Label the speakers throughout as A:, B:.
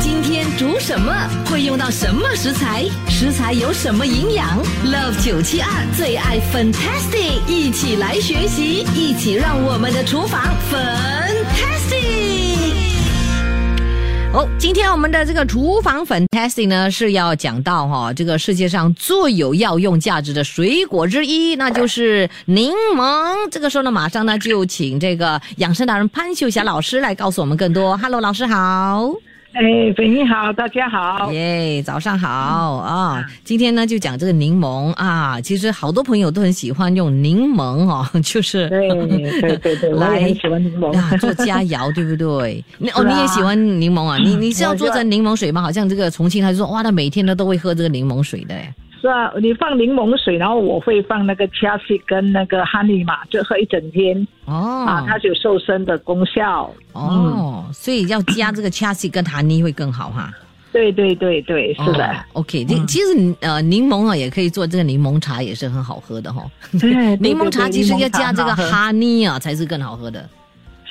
A: 今天煮什么？会用到什么食材？食材有什么营养？Love 九七二最爱 Fantastic，一起来学习，一起让我们的厨房 Fantastic。
B: 哦，今天我们的这个厨房 fantastic 呢是要讲到哈、这个世界上最有药用价值的水果之一，那就是柠檬。这个时候呢，马上呢就请这个养生达人潘秀霞老师来告诉我们更
C: 嗯
B: 多。Hello，老师好。哦
C: 哎，粉你好，大家好。
B: 耶早上好啊！今天呢就讲这个柠檬啊，其实好多朋友都很喜欢用柠檬哦， 就是
C: 对对 对对，我也很喜欢柠檬。
B: 啊做佳肴，对不对？你哦，
C: 哦是啊
B: 你也喜欢柠檬啊？你你是要
C: 我就
B: 做成柠檬水吗？好像这个重庆他就说，哇，他每天呢都会喝这个柠檬水的诶。
C: 是啊，你放柠檬水，然后我会放那个 c h e 跟那个 honey 嘛，就喝一整天、啊嗯
B: 哦，
C: 它有瘦身的功效。
B: 哦，所以要加这个 chassis 跟哈尼会更好哈。
C: 对对对对，是的。嗯
B: 哦、，OK，这其实呃柠檬啊也可以做这个柠檬茶，也是很好喝的哈、哦。
C: 对对对
B: 柠檬茶其实要加这个
C: 柠檬茶很好喝
B: 哈尼啊才是更好 喝的。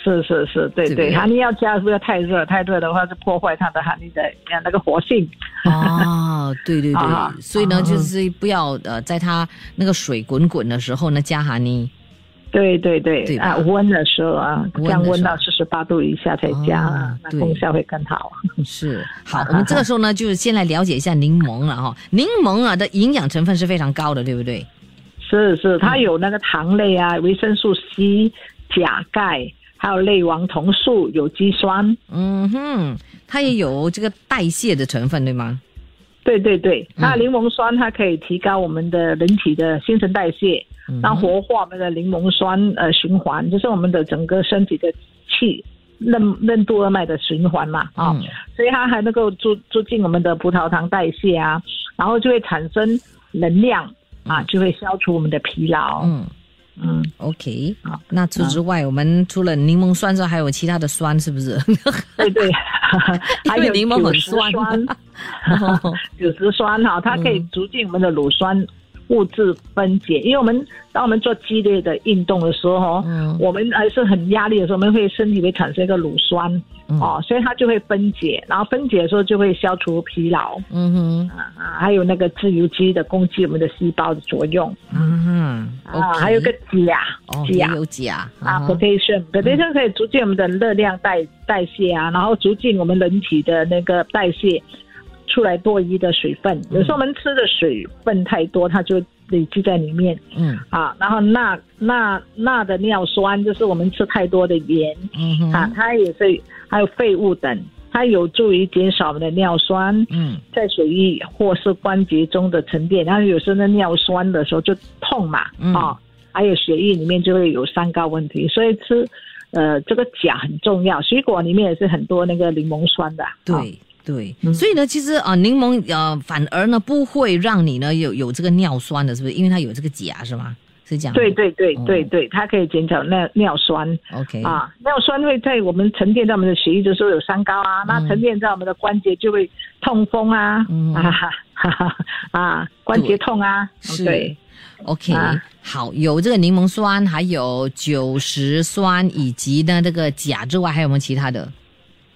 C: 是是是，对
B: 对
C: 对，
B: 不对
C: 哈尼要加，不要太热，太热的话是破坏它的哈尼的呃那个活性。
B: 哦，对对对，
C: 啊
B: 所以呢，
C: 啊
B: 就是不要呃，在它那个水滚滚的时候呢，加哈尼。
C: 对对对，
B: 对吧
C: 啊，温的时候啊
B: 温，的时候
C: 降温到四十八度以下才加，啊
B: 哦
C: 那
B: 对
C: 功效会更好。
B: 是，好
C: 啊，
B: 我们这个时候呢，就是先来了解一下柠檬了哈。柠檬啊的营养成分是非常高的，对不对？
C: 是是，它有那个糖类啊，
B: 嗯
C: 维生素 C、钾、钙，还有类王酮素、有机酸。
B: 嗯哼，它也有这个代谢的成分，对吗？
C: 对对对，
B: 嗯
C: 那柠檬酸它可以提高我们的人体的新陈代谢，
B: 嗯
C: 然后活化我们的柠檬酸呃循环，就是我们的整个身体的气任任督二脉的循环嘛啊。
B: 嗯
C: 所以它还能够促促进我们的葡萄糖代谢啊，然后就会产生能量啊，就会消除我们的疲劳。
B: 嗯
C: 嗯，
B: ，OK
C: 好。
B: 那除此之外，我们除了柠檬酸之外，还有其他的酸，是不是？
C: 对 对，还
B: 因为
C: 有
B: 柠檬很酸嗯
C: 酒 石酸
B: 哦，
C: 酒石酸哈，它可以促进我们的乳酸物质分解，因为我们当我们做激烈的运动的时候哦，
B: 嗯
C: 我们还是很压力的时候，我们会身体会产生一个乳酸
B: 嗯
C: 哦，所以它就会分解，然后分解的时候就会消除疲劳。
B: 嗯哼，
C: 啊，还有那个自由基的攻击我们的细胞的作用
B: 嗯哼
C: 啊，还有个钾
B: 哦，也
C: 钾
B: 有钾
C: 啊
B: 嗯哼
C: ，potassium，potassium 可以促进我们的热量代代谢啊，然后促进我们人体的那个代谢出来多余的水分。
B: 嗯
C: 有时候我们吃的水分太多，它就累积在里面
B: 嗯
C: 啊。然后钠钠钠的尿酸就是我们吃太多的盐
B: 嗯哼，
C: 啊，它也是还有废物等，它有助于减少我们的尿酸。
B: 嗯
C: 在血液或是关节中的沉淀，然后有时候呢尿酸的时候就痛嘛，啊、
B: 嗯
C: 还有血液里面就会有三高问题，所以吃，呃，这个钾很重要，水果里面也是很多那个柠檬酸的，啊
B: 对对，
C: 嗯
B: 所以呢，其实啊、呃柠檬呃，反而呢不会让你呢有有这个尿酸的，是不是？因为它有这个钾，是吗？是这样吗。
C: 对对对
B: 哦哎
C: 对对，它可以减少尿尿酸。
B: ，OK，
C: 啊，尿酸会在我们沉淀在我们的血液的时候有三高啊，那
B: 嗯
C: 沉淀在我们的关节就会痛风啊，
B: 嗯
C: 啊哈哈哈啊，关节痛啊，
B: 是
C: 对，
B: OK，、
C: 啊
B: 好，有这个柠檬酸，还有酒石酸，以及呢这个钾之外，还有没有其他的？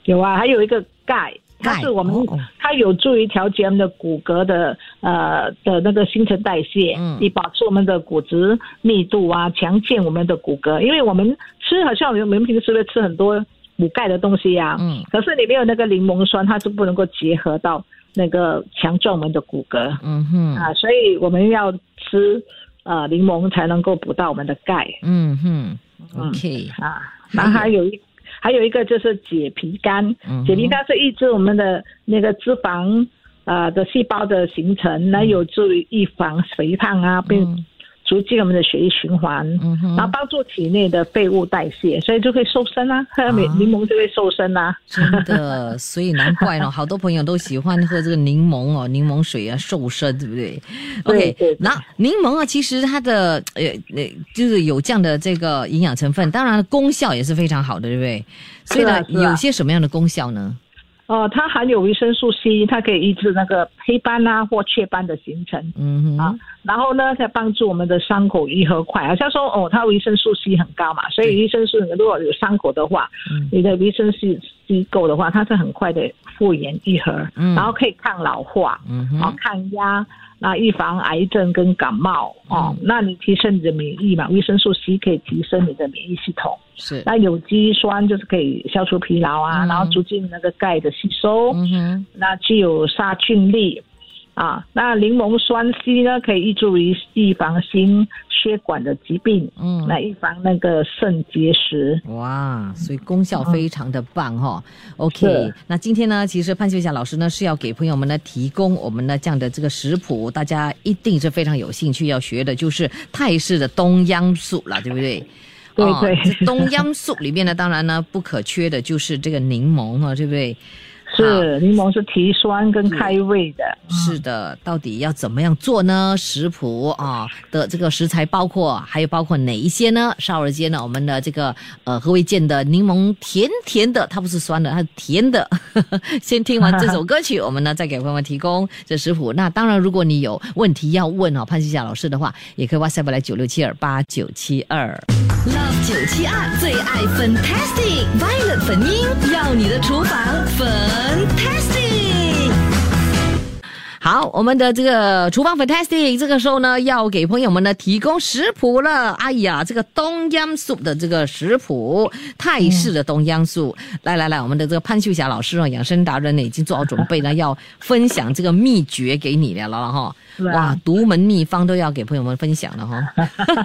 C: 有啊，还有一个钙，它
B: 钙
C: 是我们、
B: 哦
C: 它有助于调节我们的骨骼的呃的那个新陈代谢，
B: 嗯
C: 以保持我们的骨质密度啊，强健我们的骨骼。因为我们吃好像我们我们平时会吃很多补钙的东西呀、
B: 嗯
C: 可是你没有那个柠檬酸，它是不能够结合到那个强壮我们的骨骼、
B: 嗯哼，
C: 啊，所以我们要吃呃柠檬才能够补到我们的钙
B: 嗯哼
C: 嗯
B: ，OK，
C: 啊。
B: 还有
C: 那还有一还有一个就是解皮苷
B: 嗯哼，
C: 解皮苷是抑制我们的那个脂肪啊、呃的细胞的形成，
B: 嗯
C: 那有助于预防肥胖啊，并促进我们的血液循环，
B: 嗯哼
C: 然后帮助体内的废物代谢，所以就会瘦身啊，喝柠
B: 啊
C: 柠檬就会瘦身啊。
B: 真的，所以难怪了，好多朋友都喜欢喝这个柠檬哦，柠檬水啊，瘦身，对不对？OK，
C: 对对
B: 那柠檬啊，其实它的呃呃，就是有这样的这个营养成分，当然功效也是非常好的，对不对？所以呢，
C: 是啊是啊
B: 有些什么样的功效呢？
C: 哦，它含有维生素 C，它可以抑制那个黑斑啊或雀斑的形成。
B: 嗯
C: 啊
B: 哼，，
C: 然后呢，才帮助我们的伤口愈合快。好像说哦，它维生素 C 很高嘛，所以维生素如果有伤口的话，
B: 嗯
C: 你的维生素 C 够的话，它是很快的复原愈合，
B: 嗯
C: 然后可以抗老化，
B: 嗯
C: 哦
B: 哼，，
C: 抗压，那预防癌症跟感冒
B: 嗯
C: 哦。那你提升你的免疫嘛，维生素 C 可以提升你的免疫系统。
B: 是，
C: 那有机酸就是可以消除疲劳啊，
B: 嗯
C: 然后促进那个钙的吸收。
B: 嗯哼，
C: 那具有杀菌力啊。那柠檬酸 C 呢，可以助于预防心血管的疾病，
B: 嗯
C: 来预防那个肾结石。
B: 哇，所以功效
C: 嗯
B: 非常的棒哈、OK，
C: 是
B: 那今天呢，其实潘秀霞老师呢是要给朋友们呢提供我们的这样的这个食谱，大家一定是非常有兴趣要学的，就是泰式的东央素啦，对不对？
C: 对
B: 哦
C: 对
B: 这东央素里面呢，当然呢不可缺的就是这个柠檬哈，对不对？
C: 是柠檬是提酸跟开胃的，
B: 是的，到底要怎么样做呢？食谱啊的这个食材包括还有包括哪一些呢？稍儿间呢，我们的这个呃何维健的柠檬甜甜的，它不是酸的，它是甜的。 先听完这首歌曲，我们呢再给朋友们提供这食谱。那当然，如果你有问题要问哦潘西夏老师的话，也可以 WhatsApp 来九六七二八九七二。
A: Love 九七二最爱 Fantastic Violet 粉音，要你的厨房 Fantastic。
B: 好，我们的这个厨房 fantastic 这个时候呢，要给朋友们呢提供食谱了。哎呀，这个东央素的这个食谱，泰式的东央素。来来来，我们的这个潘秀霞老师哦，养生达人呢已经做好准备呢，要分享这个秘诀给你了了哈。
C: 是啊
B: 哇，独门秘方都要给朋友们分享了哈。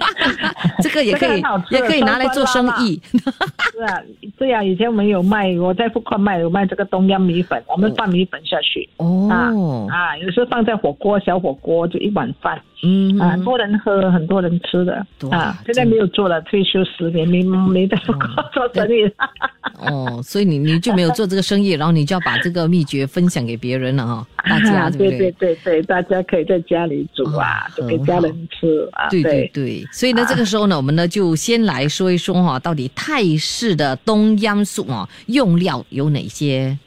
B: 这个也可以
C: 这个很好，吃
B: 也可以拿来做生意。
C: 是啊，对啊，以前我们有卖，我在富矿卖有卖这个东阳米粉，我们放米粉下去。啊
B: 嗯哦，
C: 啊，有时候放在火锅，小火锅就一碗饭
B: 嗯
C: 啊，很多人喝，很多人吃的
B: 对啊嗯
C: 啊。现在没有做了，退休十年没没在富矿做生意了。
B: 哦，所以你你就没有做这个生意，然后你就要把这个秘诀分享给别人了哈、大家对不
C: 对对对对，大家可以在家里煮啊
B: 啊，
C: 就给家人吃啊，
B: 对对对，所以呢，这个时候呢，我们呢就先来说一说哈、到底泰式的东央素哦，用料有哪些？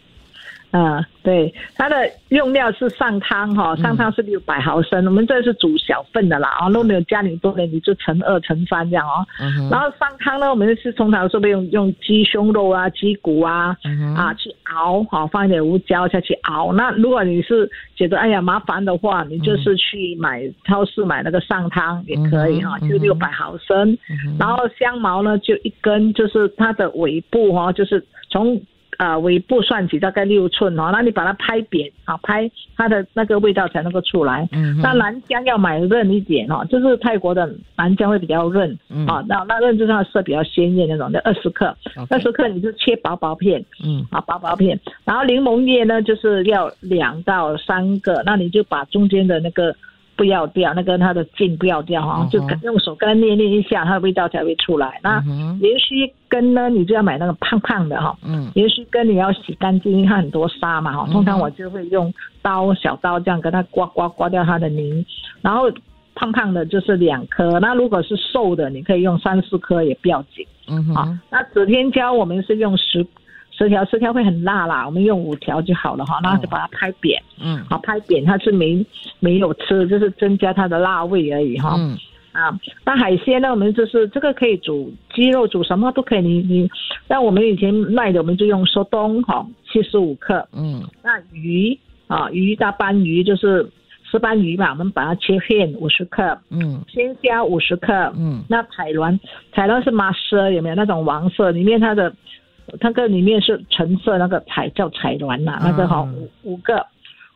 C: 啊对，它的用料是上汤
B: 嗯
C: 哈、上汤是六百毫升，我们这是煮小份的啦啊，如果没有加你多的，你就乘二乘三这样哦。
B: 嗯哼，
C: 然后上汤呢，我们是通常是会用用鸡胸肉啊、鸡骨啊。
B: 嗯哼，
C: 啊，去熬好，放一点胡椒下去熬。那如果你是觉得哎呀麻烦的话，你就是去买、超市买那个上汤也可以哈、
B: 嗯哼
C: 就
B: 嗯哼
C: 六百毫升。
B: 嗯哼
C: 然后香茅呢，就一根，就是它的尾部哦，就是从呃尾部算起大概六寸哦，那你把它拍扁啊，拍它的那个味道才能够出来。
B: 嗯哼
C: 那南姜要买韧一点哦，就是泰国的南姜会比较韧
B: 嗯
C: 啊，那那韧就是它色比较鲜艳那种的，二十克，
B: OK
C: 二十克你就切薄薄片
B: 嗯
C: 啊，薄薄片。然后柠檬叶呢，就是要两到三个，那你就把中间的那个不要掉，那个它的茎不要掉哈、
B: 嗯哼
C: 就跟用手跟它捏捏一下，它的味道才会出来。那
B: 嗯哼
C: 连续根呢，你就要买那个胖胖的哈、
B: 嗯
C: 连续根你要洗干净，因为它很多沙嘛哈。通常我就会用刀小刀这样跟它刮刮刮掉它的泥，然后胖胖的就是两颗。那如果是瘦的，你可以用三四颗也不要紧
B: 嗯
C: 啊。
B: 哼，
C: 那指天椒我们是用十十条，十条会很辣啦，我们用五条就好了
B: 哦
C: 哈。那就把它拍扁，
B: 嗯
C: 啊，拍扁它是没没有吃，就是增加它的辣味而已哈。
B: 嗯
C: 啊，那海鲜呢？我们就是这个可以煮鸡肉，煮什么都可以。你你，那我们以前卖的，我们就用说东哈，七十五克。
B: 嗯
C: 那鱼啊，鱼大斑鱼就是石斑鱼嘛，我们把它切片五十克，
B: 嗯
C: 鲜虾五十克。
B: 嗯
C: 那彩鸾，彩鸾是麻色，有没有那种黄色？里面它的它个里面是橙色，那个彩叫彩鸾呐、那个哈、
B: 嗯
C: 五五个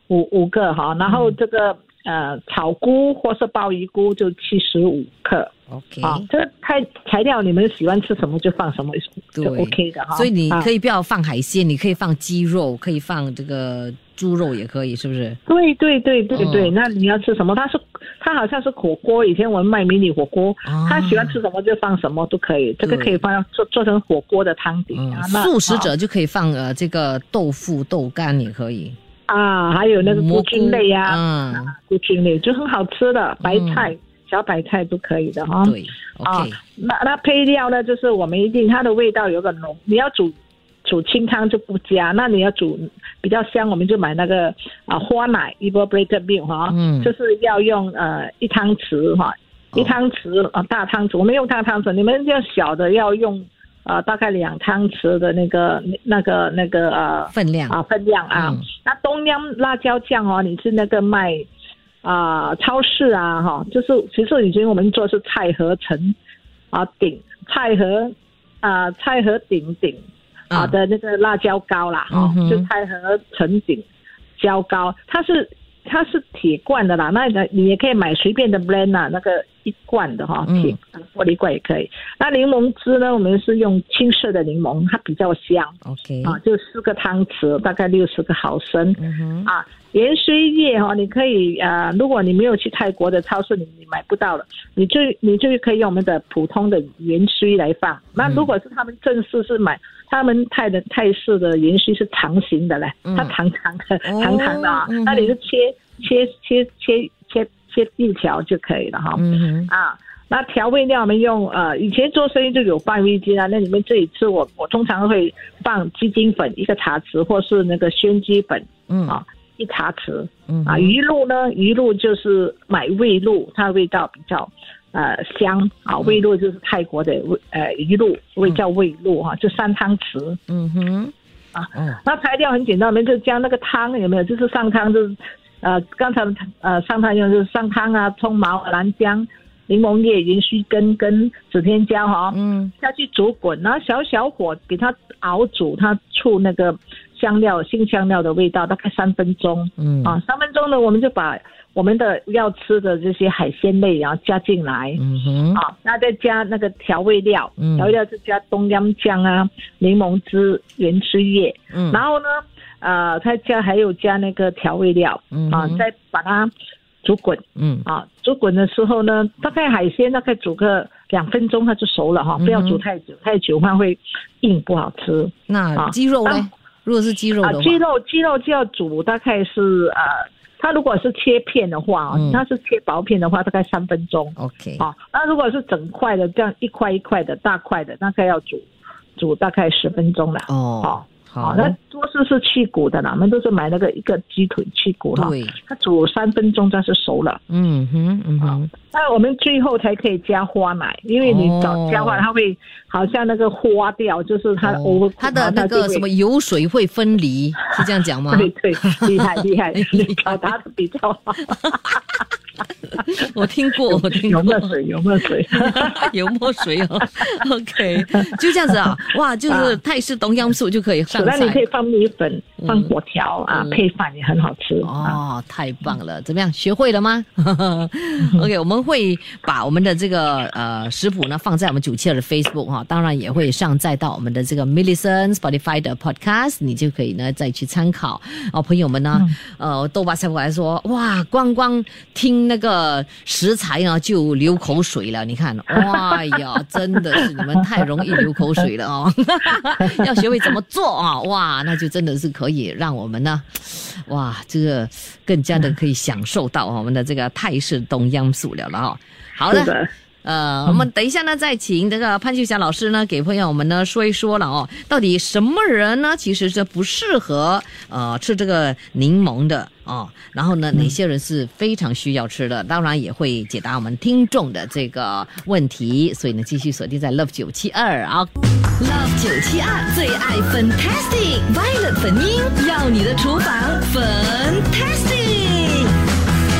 C: 五五个哈，然后这个、呃草菇或是鲍鱼菇就七十五克。
B: OK，
C: 啊，这个材材料你们喜欢吃什么就放什么，就
B: 对
C: OK 的哈。
B: 所以你
C: 啊
B: 可以不要放海鲜，你可以放鸡肉，可以放这个猪肉也可以，是不是？
C: 对对对对对，
B: 嗯
C: 那你要吃什么？他是他好像是火锅，以前我们卖迷你火锅，
B: 啊
C: 他喜欢吃什么就放什么都可以，这个
B: 对
C: 可以放做做成火锅的汤底
B: 嗯
C: 啊。，那
B: 素食
C: 啊
B: 者就可以放呃这个豆腐、豆干也可以，
C: 啊，还有那个菇
B: 蘑
C: 菌类啊呀、
B: 嗯，
C: 菇菌类就很好吃的，白菜、小白菜都可以的哈。
B: 嗯对，OK，
C: 啊，那那配料呢，就是我们一定它的味道有个浓，你要煮煮清汤就不加，那你要煮比较香，我们就买那个啊花奶 evaporated milk 哈、
B: 嗯
C: 就是要用呃一汤匙哈、
B: 哦
C: 一汤匙啊大汤匙，我们用大汤匙，你们要小的要用呃大概两汤匙的那个那个那个呃
B: 分量
C: 啊分量啊。
B: 嗯
C: 那东阳辣椒酱哦，你是那个卖啊、超市啊哈、就是其实以前我们做是菜盒层啊顶菜盒啊、菜盒顶顶啊、
B: 嗯
C: 的那个辣椒膏啦哈、
B: 嗯哼
C: 就菜盒层顶椒膏，它是。它是铁罐的啦，那你你也可以买随便的 blend 啊，那个一罐的哈、
B: 嗯
C: 铁玻璃罐也可以。那柠檬汁呢，我们是用青色的柠檬，它比较香。
B: ，OK，
C: 啊，就四个汤匙，大概六十个毫升。
B: 嗯哼，
C: 啊，盐水叶哈、哦，你可以呃，如果你没有去泰国的超市，你你买不到了，你就你就可以用我们的普通的盐水来放。那如
B: 嗯
C: 果是他们正式是买，他们泰的泰式的盐水是长形的嘞，
B: 嗯
C: 它长长的、
B: 哦
C: 长长的啊、
B: 嗯哼
C: 那你就切切切切切切一条就可以了哈、
B: 嗯哼，
C: 啊。那调味料我们用呃，以前做生意就有放味精啊。那你们自己吃我，我通常会放鸡精粉一个茶匙，或是那个鲜鸡粉
B: 嗯
C: 啊一茶匙
B: 嗯
C: 啊。鱼露呢，鱼露就是买味露，它味道比较呃香啊。味露就是泰国的味呃鱼露，味叫味露哈、就三汤匙。
B: 嗯哼，
C: 啊
B: 哦，
C: 那材料很简单，我们就将那个汤有没有，就是上汤就是，呃，刚才呃上汤用就是上汤啊，葱毛、兰姜、柠檬叶、银须根跟指天椒哈、
B: 嗯
C: 下去煮滚，然后小小火给它熬煮，它出那个香料新香料的味道，大概三分钟
B: 嗯，
C: 啊，三分钟呢，我们就把我们的要吃的这些海鲜类然后加进来，
B: 嗯哼，
C: 啊，那再加那个调味料，
B: 嗯
C: 调味料是加东阳酱啊、柠檬汁、原汁液，
B: 嗯
C: 然后呢，呃，它加还有加那个调味料，
B: 嗯
C: 啊，
B: 哼
C: 再把它煮滚
B: 嗯
C: 啊，煮滚的时候呢，大概海鲜大概煮个两分钟它就熟了
B: 嗯
C: 哈，不要煮太久，太久的话会硬不好吃
B: 那
C: 啊
B: 鸡肉呢
C: 当？
B: 如果是鸡肉
C: 啊
B: 的话，。
C: 鸡肉鸡肉就要煮大概是呃，它如果是切片的话，
B: 嗯
C: 它是切薄片的话，大概三分钟。
B: OK，
C: 哦，那如果是整块的，这样一块一块的大块的，大概要煮煮大概十分钟了。
B: 哦
C: 哦，
B: 好，
C: 那多数是去骨的啦，我们都是买那个一个鸡腿去骨了，
B: 对，
C: 它煮三分钟它是熟了。
B: 嗯哼，嗯
C: 哦
B: 哼，
C: 那我们最后才可以加花奶，因为你
B: 哦
C: 早加花奶它会好像那个花掉，就是它
B: 哦
C: 我
B: 它的那个什么。油水会分离，是这样讲吗？
C: 对对，厉害厉害，你表达的比较好。
B: 我听过，我听
C: 有没
B: 过
C: 有，水？有没有水？
B: 油墨水哦。OK，就这样子啊，哇，就是泰式东阳素就可以上
C: 那你可
B: 菜
C: 以。放米粉、放果条啊
B: 嗯，
C: 配饭也很好吃啊。
B: 哦，太棒了！怎么样，学会了吗 ？OK，我们会把我们的这个呃食谱呢放在我们主切的 Facebook 哈、当然也会上载到我们的这个 Millison Spotify 的 Podcast，你就可以呢再去参考哦。朋友们呢，呃，豆瓣小伙来说，哇，光光听那个食材呢就流口水了。你看，哇呀，真的是你们太容易流口水了哦。 要学会怎么做啊，哇，那就真的是可以让我们呢。 哇，这个更加的可以享受到我们的这个泰式东阳素了了哈。好
C: 是
B: 的。
C: 的。
B: 呃，我们等一下呢，再请这个潘秀霞老师呢，给朋友们呢说一说了哦，到底什么人呢，其实是不适合呃吃这个柠檬的哦，然后呢，哪些人是非常需要吃的，当然也会解答我们听众的这个问题，所以呢，继续锁定在 Love 九七二啊，
A: Love 972最爱 Fantastic Violet 粉音，要你的厨房 Fantastic。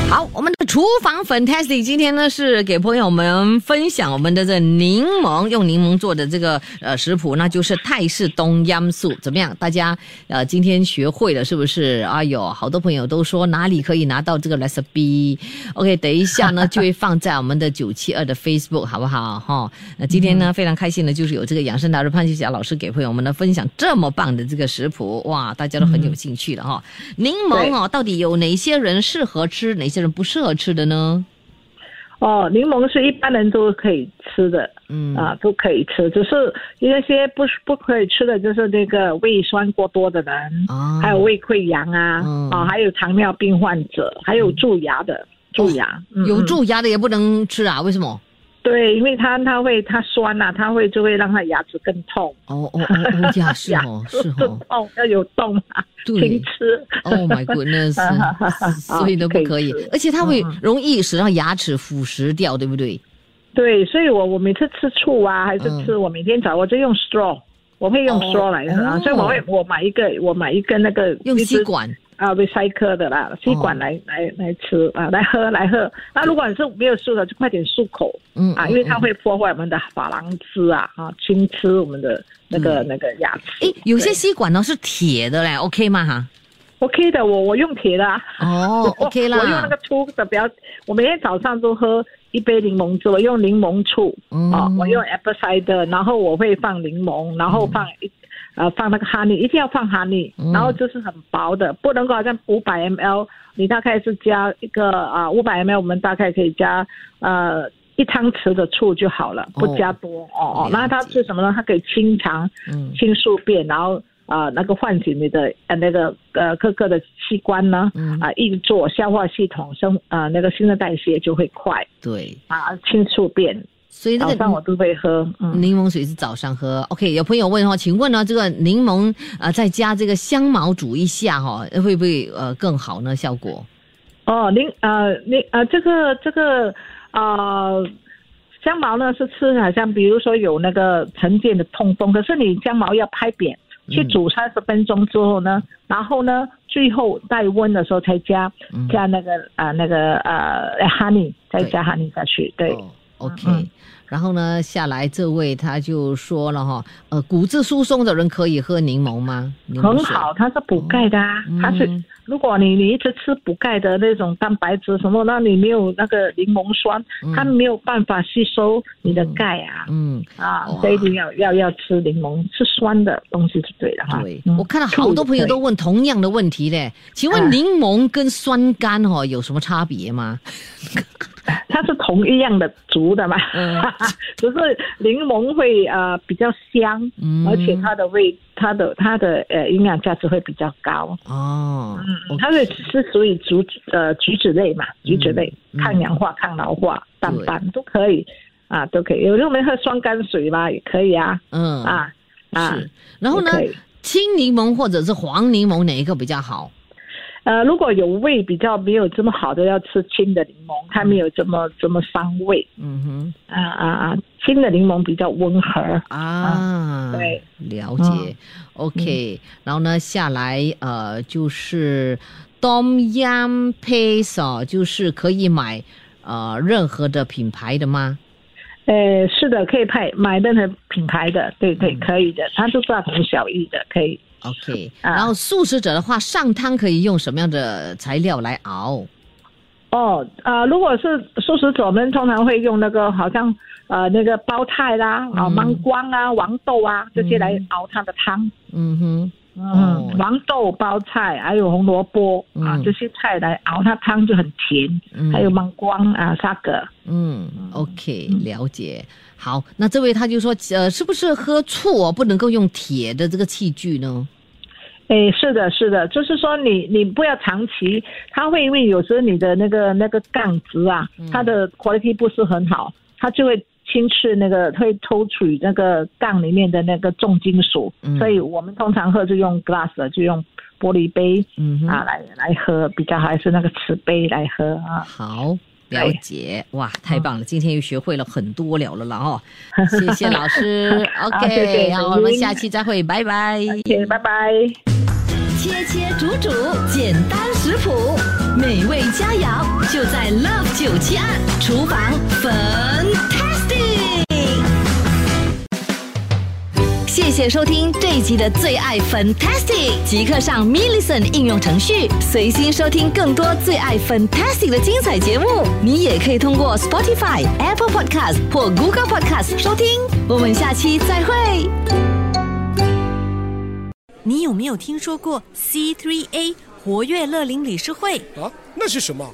B: 好，我们的厨房 fantastic 今天呢是给朋友们分享我们的这呃柠檬用柠檬做的这个呃食谱，那就是泰式东阳素，怎么样？大家呃今天学会了是不是？哎呦，好多朋友都说哪里可以拿到这个 recipe。OK，等一下呢就会放在我们的九七二的 Facebook 好不好？哈、那今天呢非常开心的就是有这个养生达人潘秀霞老师给朋友们呢分享这么棒的这个食谱，哇，大家都很有兴趣了哈、柠檬哦，到底有哪些人适合吃，哪些人不适合吃的呢？
C: 哦，柠檬是一般人都可以吃的，嗯啊，都可以吃，只是那些不不可以吃的，就是那个胃酸过多的人，
B: 哦
C: 还有胃溃疡啊，
B: 嗯
C: 啊，还有糖尿病患者，还有蛀牙的，蛀牙，嗯
B: 哦有
C: 嗯
B: 蛀牙的也不能吃啊？为什么？
C: 对，因为它它会它酸呐、它会就会让它牙齿更痛，
B: 哦 哦哦哦呀，是
C: 牙
B: 哦
C: 齿
B: 是
C: 更
B: 哦，
C: 痛要有动啊，
B: 对
C: 停。吃。
B: Oh my goodness！所以呢不可以
C: 啊可以吃，嗯
B: 而且它会容易使到牙齿腐蚀掉，对不对？
C: 对，所以我我每次吃醋啊，还是吃、我每天早我就用 straw，我会
B: 嗯
C: 用
B: 哦
C: straw 来的啊，
B: 哦
C: 所以我会我买一个我买一个那个
B: 用
C: 一
B: 吸
C: 支
B: 管
C: 啊 recycle 的啦，吸
B: 哦
C: 管来、来来吃啊，来喝来喝。那如果你是没有漱的，就快点漱口，
B: 嗯
C: 啊，
B: 嗯
C: 因为它会破坏我们的珐琅质啊，啊，侵吃我们的那个、
B: 嗯
C: 那个牙齿。
B: 诶，有些
C: 对
B: 吸管呢是铁的嘞，OK 吗？哈？
C: OK 的，我我用铁的、啊。
B: 哦，OK
C: 我用那
B: 啦
C: 个。粗的，不要。我每天早上都喝一杯柠檬汁，我用柠檬醋，
B: 嗯
C: 啊，我用 apple cider，然后我会放柠檬，然后放一、呃放那个 honey，一定要放 honey，、
B: 嗯
C: 然后就是很薄的，不能够好像五百 ml，你大概是加一个啊五百 ml，我们大概可以加呃。一汤匙的醋就好了，
B: 哦
C: 不加多哦
B: 了
C: 哦。那它
B: 解
C: 是什么呢？它可以清肠、
B: 嗯
C: 清宿便，然后啊、呃那个唤醒你的呃那个呃各个的器官呢，
B: 嗯
C: 啊、运作、消化系统、生啊那个新陈代谢就会快
B: 对，
C: 啊、清宿便。
B: 所以那
C: 早
B: 个
C: 上我都会喝，嗯，
B: 柠檬水是早上喝。OK，有朋友问哈，哦请问呢，这个柠檬呃，再加这个香茅煮一下哈，会不会呃更好呢？效果？
C: 哦，您呃您呃这个这个呃香茅呢是吃好像比如说有那个晨间的痛风，可是你香茅要拍扁。去煮三十分钟之后呢，然后呢，最后带温的时候才加、
B: 嗯
C: 加那个呃那个呃 honey，再加 honey 下去，对，
B: 哦，OK，、
C: 嗯
B: 然后呢，下来这位他就说了哈，呃，骨质疏松的人可以喝柠檬吗？柠檬
C: 很
B: 水
C: 好，它是补钙的啊，
B: 嗯
C: 它是如果你你一直吃补钙的那种蛋白质什么，那你没有那个柠檬酸，
B: 嗯
C: 它没有办法吸收你的钙啊、
B: 嗯，
C: 啊
B: 哇，
C: 所以一定要要要吃柠檬，吃酸的东西是对的哈。
B: 对，
C: 嗯
B: 我看到好多朋友都问同样的问题嘞。请问
C: 嗯
B: 柠檬跟酸柑哈、有什么差别吗？
C: 它是同一样的族的嘛，
B: 嗯
C: 只是柠檬会呃比较香，
B: 嗯
C: 而且它的味，它的它的呃营养价值会比较高。
B: 哦，
C: 嗯，它是是属于竹呃橘子类嘛，橘子类、
B: 嗯
C: 抗氧化、抗老化、淡斑都可以啊，都可以。有时候我们喝酸甘水嘛，也可以啊
B: 嗯
C: 啊啊。
B: 是。然后呢
C: 也可以，
B: 青柠檬或者是黄柠檬哪一个比较好？
C: 呃，如果有胃比较没有这么好的，要吃青的柠檬，它没有这么这么伤胃
B: 嗯哼
C: 啊啊啊！青的柠檬比较温和。
B: 啊，嗯
C: 对，
B: 了解。OK，、然后呢，下来呃就是 Dom Yam Paste 哦，就是可以买呃任何的品牌的吗？
C: 呃，是的，可以派买任何品牌的，对对，
B: 嗯
C: 可以的，它是大同小异的，可以。
B: OK，、
C: 啊
B: 然后素食者的话，上汤可以用什么样的材料来熬？
C: 哦，呃，如果是素食者们，通常会用那个好像呃那个包菜啦、啊、
B: 嗯
C: 芒光啊、黄豆啊这些来熬它的汤。
B: 嗯哼，哦
C: 嗯，黄豆、包菜还有红萝卜啊
B: 嗯
C: 这些菜来熬它汤就很甜。
B: 嗯
C: 还有芒光啊、沙葛。
B: 嗯，OK，了解。好，那这位他就说，呃，是不是喝醋哦不能够用铁的这个器具呢？
C: 诶，哎是的，是的，就是说你你不要长期，它会因为有时候你的那个那个杠值啊，
B: 嗯
C: 它的 quality 不是很好，它就会侵蚀那个会抽取那个杠里面的那个重金属，
B: 嗯
C: 所以我们通常喝就用 glass 的，就用玻璃杯、
B: 嗯哼，
C: 啊来来喝比较好，还是那个瓷杯来喝啊。
B: 好。了解哇，太棒了！今天又学会了很多了了啦哦，谢谢老师。
C: 好谢谢
B: OK，好，
C: 美
B: 我们
C: 英
B: 下期再会，拜拜。
C: OK，拜拜。
A: 亲
B: 切切煮煮，简单食谱，美味佳肴就在 Love 九七二厨房 Fantastic。谢谢收听这一集的最爱 Fantastic，即刻上 m i l l i c e n 应用程序，随心收听更多最爱 Fantastic 的精彩节目。你也可以通过 Spotify、Apple Podcast 或 Google Podcast 收听。我们下期再会。
D: 你有没有听说过 C3A 活跃乐龄理事会？
E: 啊，那是什么？